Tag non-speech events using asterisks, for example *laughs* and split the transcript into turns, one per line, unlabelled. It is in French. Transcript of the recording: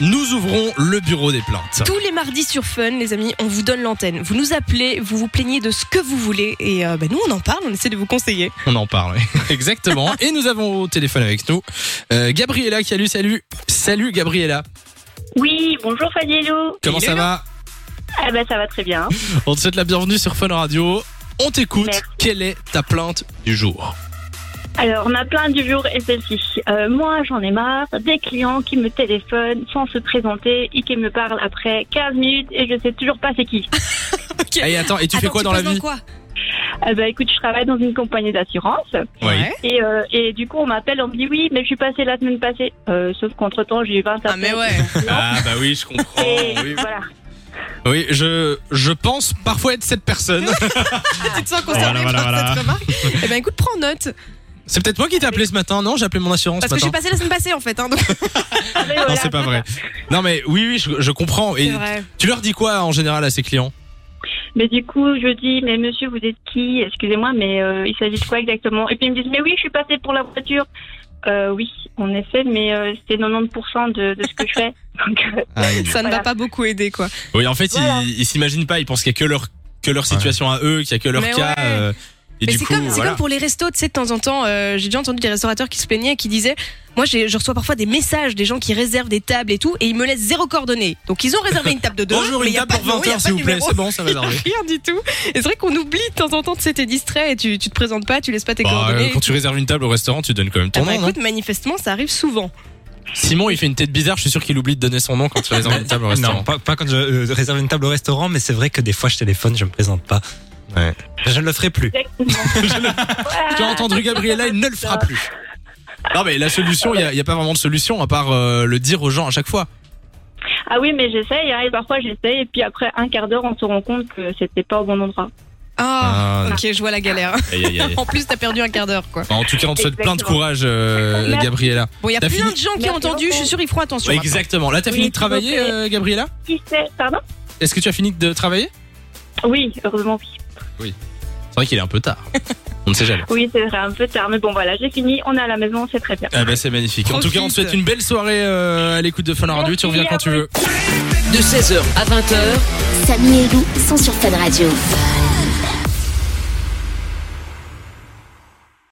nous ouvrons le bureau des plaintes.
Tous les mardis sur Fun, les amis, on vous donne l'antenne. Vous nous appelez, vous vous plaignez de ce que vous voulez et euh, bah, nous on en parle, on essaie de vous conseiller.
On en parle. oui. *laughs* Exactement. Et nous avons au téléphone avec nous euh, Gabriella qui a lu salut. Salut Gabriella.
Oui, bonjour Fadiello.
Comment ça
Hello.
va
Ah bah ça va très bien.
On te souhaite la bienvenue sur Fun Radio. On t'écoute.
Merci.
Quelle est ta plainte du
*laughs*
jour
Alors ma plainte du jour est celle-ci. Euh, moi j'en ai marre des clients qui me téléphonent sans se présenter et qui me parlent après 15 minutes et je sais toujours pas c'est qui.
Ok.
Allez, Eh, attends, et tu fais
Attends,
quoi dans la
passes
vie
quoi
Ah bah écoute, je travaille dans une compagnie d'assurance
Ouais.
et, euh, et du coup on m'appelle, on me dit oui mais je suis passée la semaine passée. Euh, sauf qu'entre temps j'ai eu 20
Ah mais
appels.
ouais.
Ah bah oui, je
*laughs*
comprends.
Et
Oui,
voilà.
Oui, je, je pense parfois être cette personne.
*laughs* tu te sens
Voilà,
concerné
voilà,
par
voilà.
cette remarque Eh ben écoute, prends note
C'est peut-être moi qui t'ai appelé ce matin, non J'ai appelé mon assurance
parce
ce
que j'ai
matin.
passé la semaine passée en fait. hein, donc
Ah, mais
Non,
voilà.
c'est pas vrai. Non, mais oui, oui, je, je comprends.
c'est
Et
vrai.
tu leur dis quoi en général à ces clients
Mais du coup je dis mais monsieur vous êtes qui Excusez-moi mais euh, il s'agit de quoi exactement Et puis ils me disent mais oui je suis passée pour la voiture. Euh, oui, en effet, mais euh, c'est 90% de, de ce que je fais. *laughs* Donc, euh,
Ça ne va
Voilà.
pas beaucoup aider quoi.
Oui, en fait,
Voilà.
ils ils s'imaginent pas. Ils pensent qu'il y a que leur, que leur situation à eux, qu'il y a que leur
Mais
cas.
ouais.
euh, et
Mais
du
c'est
coup,
comme, c'est
voilà.
comme pour les restos, tu sais, de temps en temps, euh, j'ai déjà entendu des restaurateurs qui se plaignaient et qui disaient Moi, j'ai- je reçois parfois des messages des gens qui réservent des tables et tout, et ils me laissent zéro coordonnée. Donc, ils ont réservé une table de deux.
Bonjour,
mais
une
il y a
table
pas
pour
de nom, il y
20h,
a pas
s'il
de
vous plaît.
numéro.
C'est bon, ça va
*laughs*
dormir.
Rien du tout. Et c'est vrai qu'on oublie de temps en temps, tu sais, t'es distrait et tu, tu te présentes pas, tu laisses pas tes
Bah, euh,
coordonnées.
quand tu hein. réserves une table au restaurant, tu donnes quand même
Ah
ton
bah
nom. non
écoute, manifestement, ça arrive souvent.
Simon, il fait une tête bizarre. Je suis sûr qu'il oublie de donner son nom quand tu réserves une table au
Ah Non,
restaurant.
pas, pas quand je euh, réserve une table au restaurant, mais c'est vrai que des fois je téléphone, je me présente pas.
Ouais.
Je ne le ferai plus.
Ah.
Tu as entendu Gabriella, il ne le fera plus. Non, mais la solution, il n'y a, pas vraiment de solution à part euh, le dire aux gens à chaque fois.
ah oui, mais j'essaye, hein, et parfois j'essaye, et puis après un quart d'heure, on se rend compte que c'était pas au bon endroit.
Ah,
Ah,
ok, je vois la galère.
aïe, aïe, aïe.
en plus, t'as perdu un quart d'heure quoi.
Bah, en tout cas, on te souhaite plein de
Exactement.
courage, euh,
Merci.
Gabriella.
Bon, il y a
T'as
plein
fini
de gens qui
Merci
ont entendu, je
beaucoup.
suis sûr, ils feront attention. hein. maintenant.
Exactement. Là, t'as
Oui,
fini de
tout
travailler,
à fait.
euh, Gabriella
Qui c'est Pardon
Est-ce que tu as fini de travailler
Oui, heureusement, oui.
C'est vrai qu'il est un peu tard. On ne sait jamais.
Oui, c'est vrai, un peu tard, mais bon, voilà, j'ai fini, on est à la maison, c'est très bien.
Ah bah c'est magnifique. En tout cas, on te
Profite.
souhaite une belle soirée euh, à l'écoute de Fun Radio. Tu
Merci,
reviens quand
à
tu
vous.
veux.
De 16h à 20h,
Samy et Lou sont sur Fun Radio.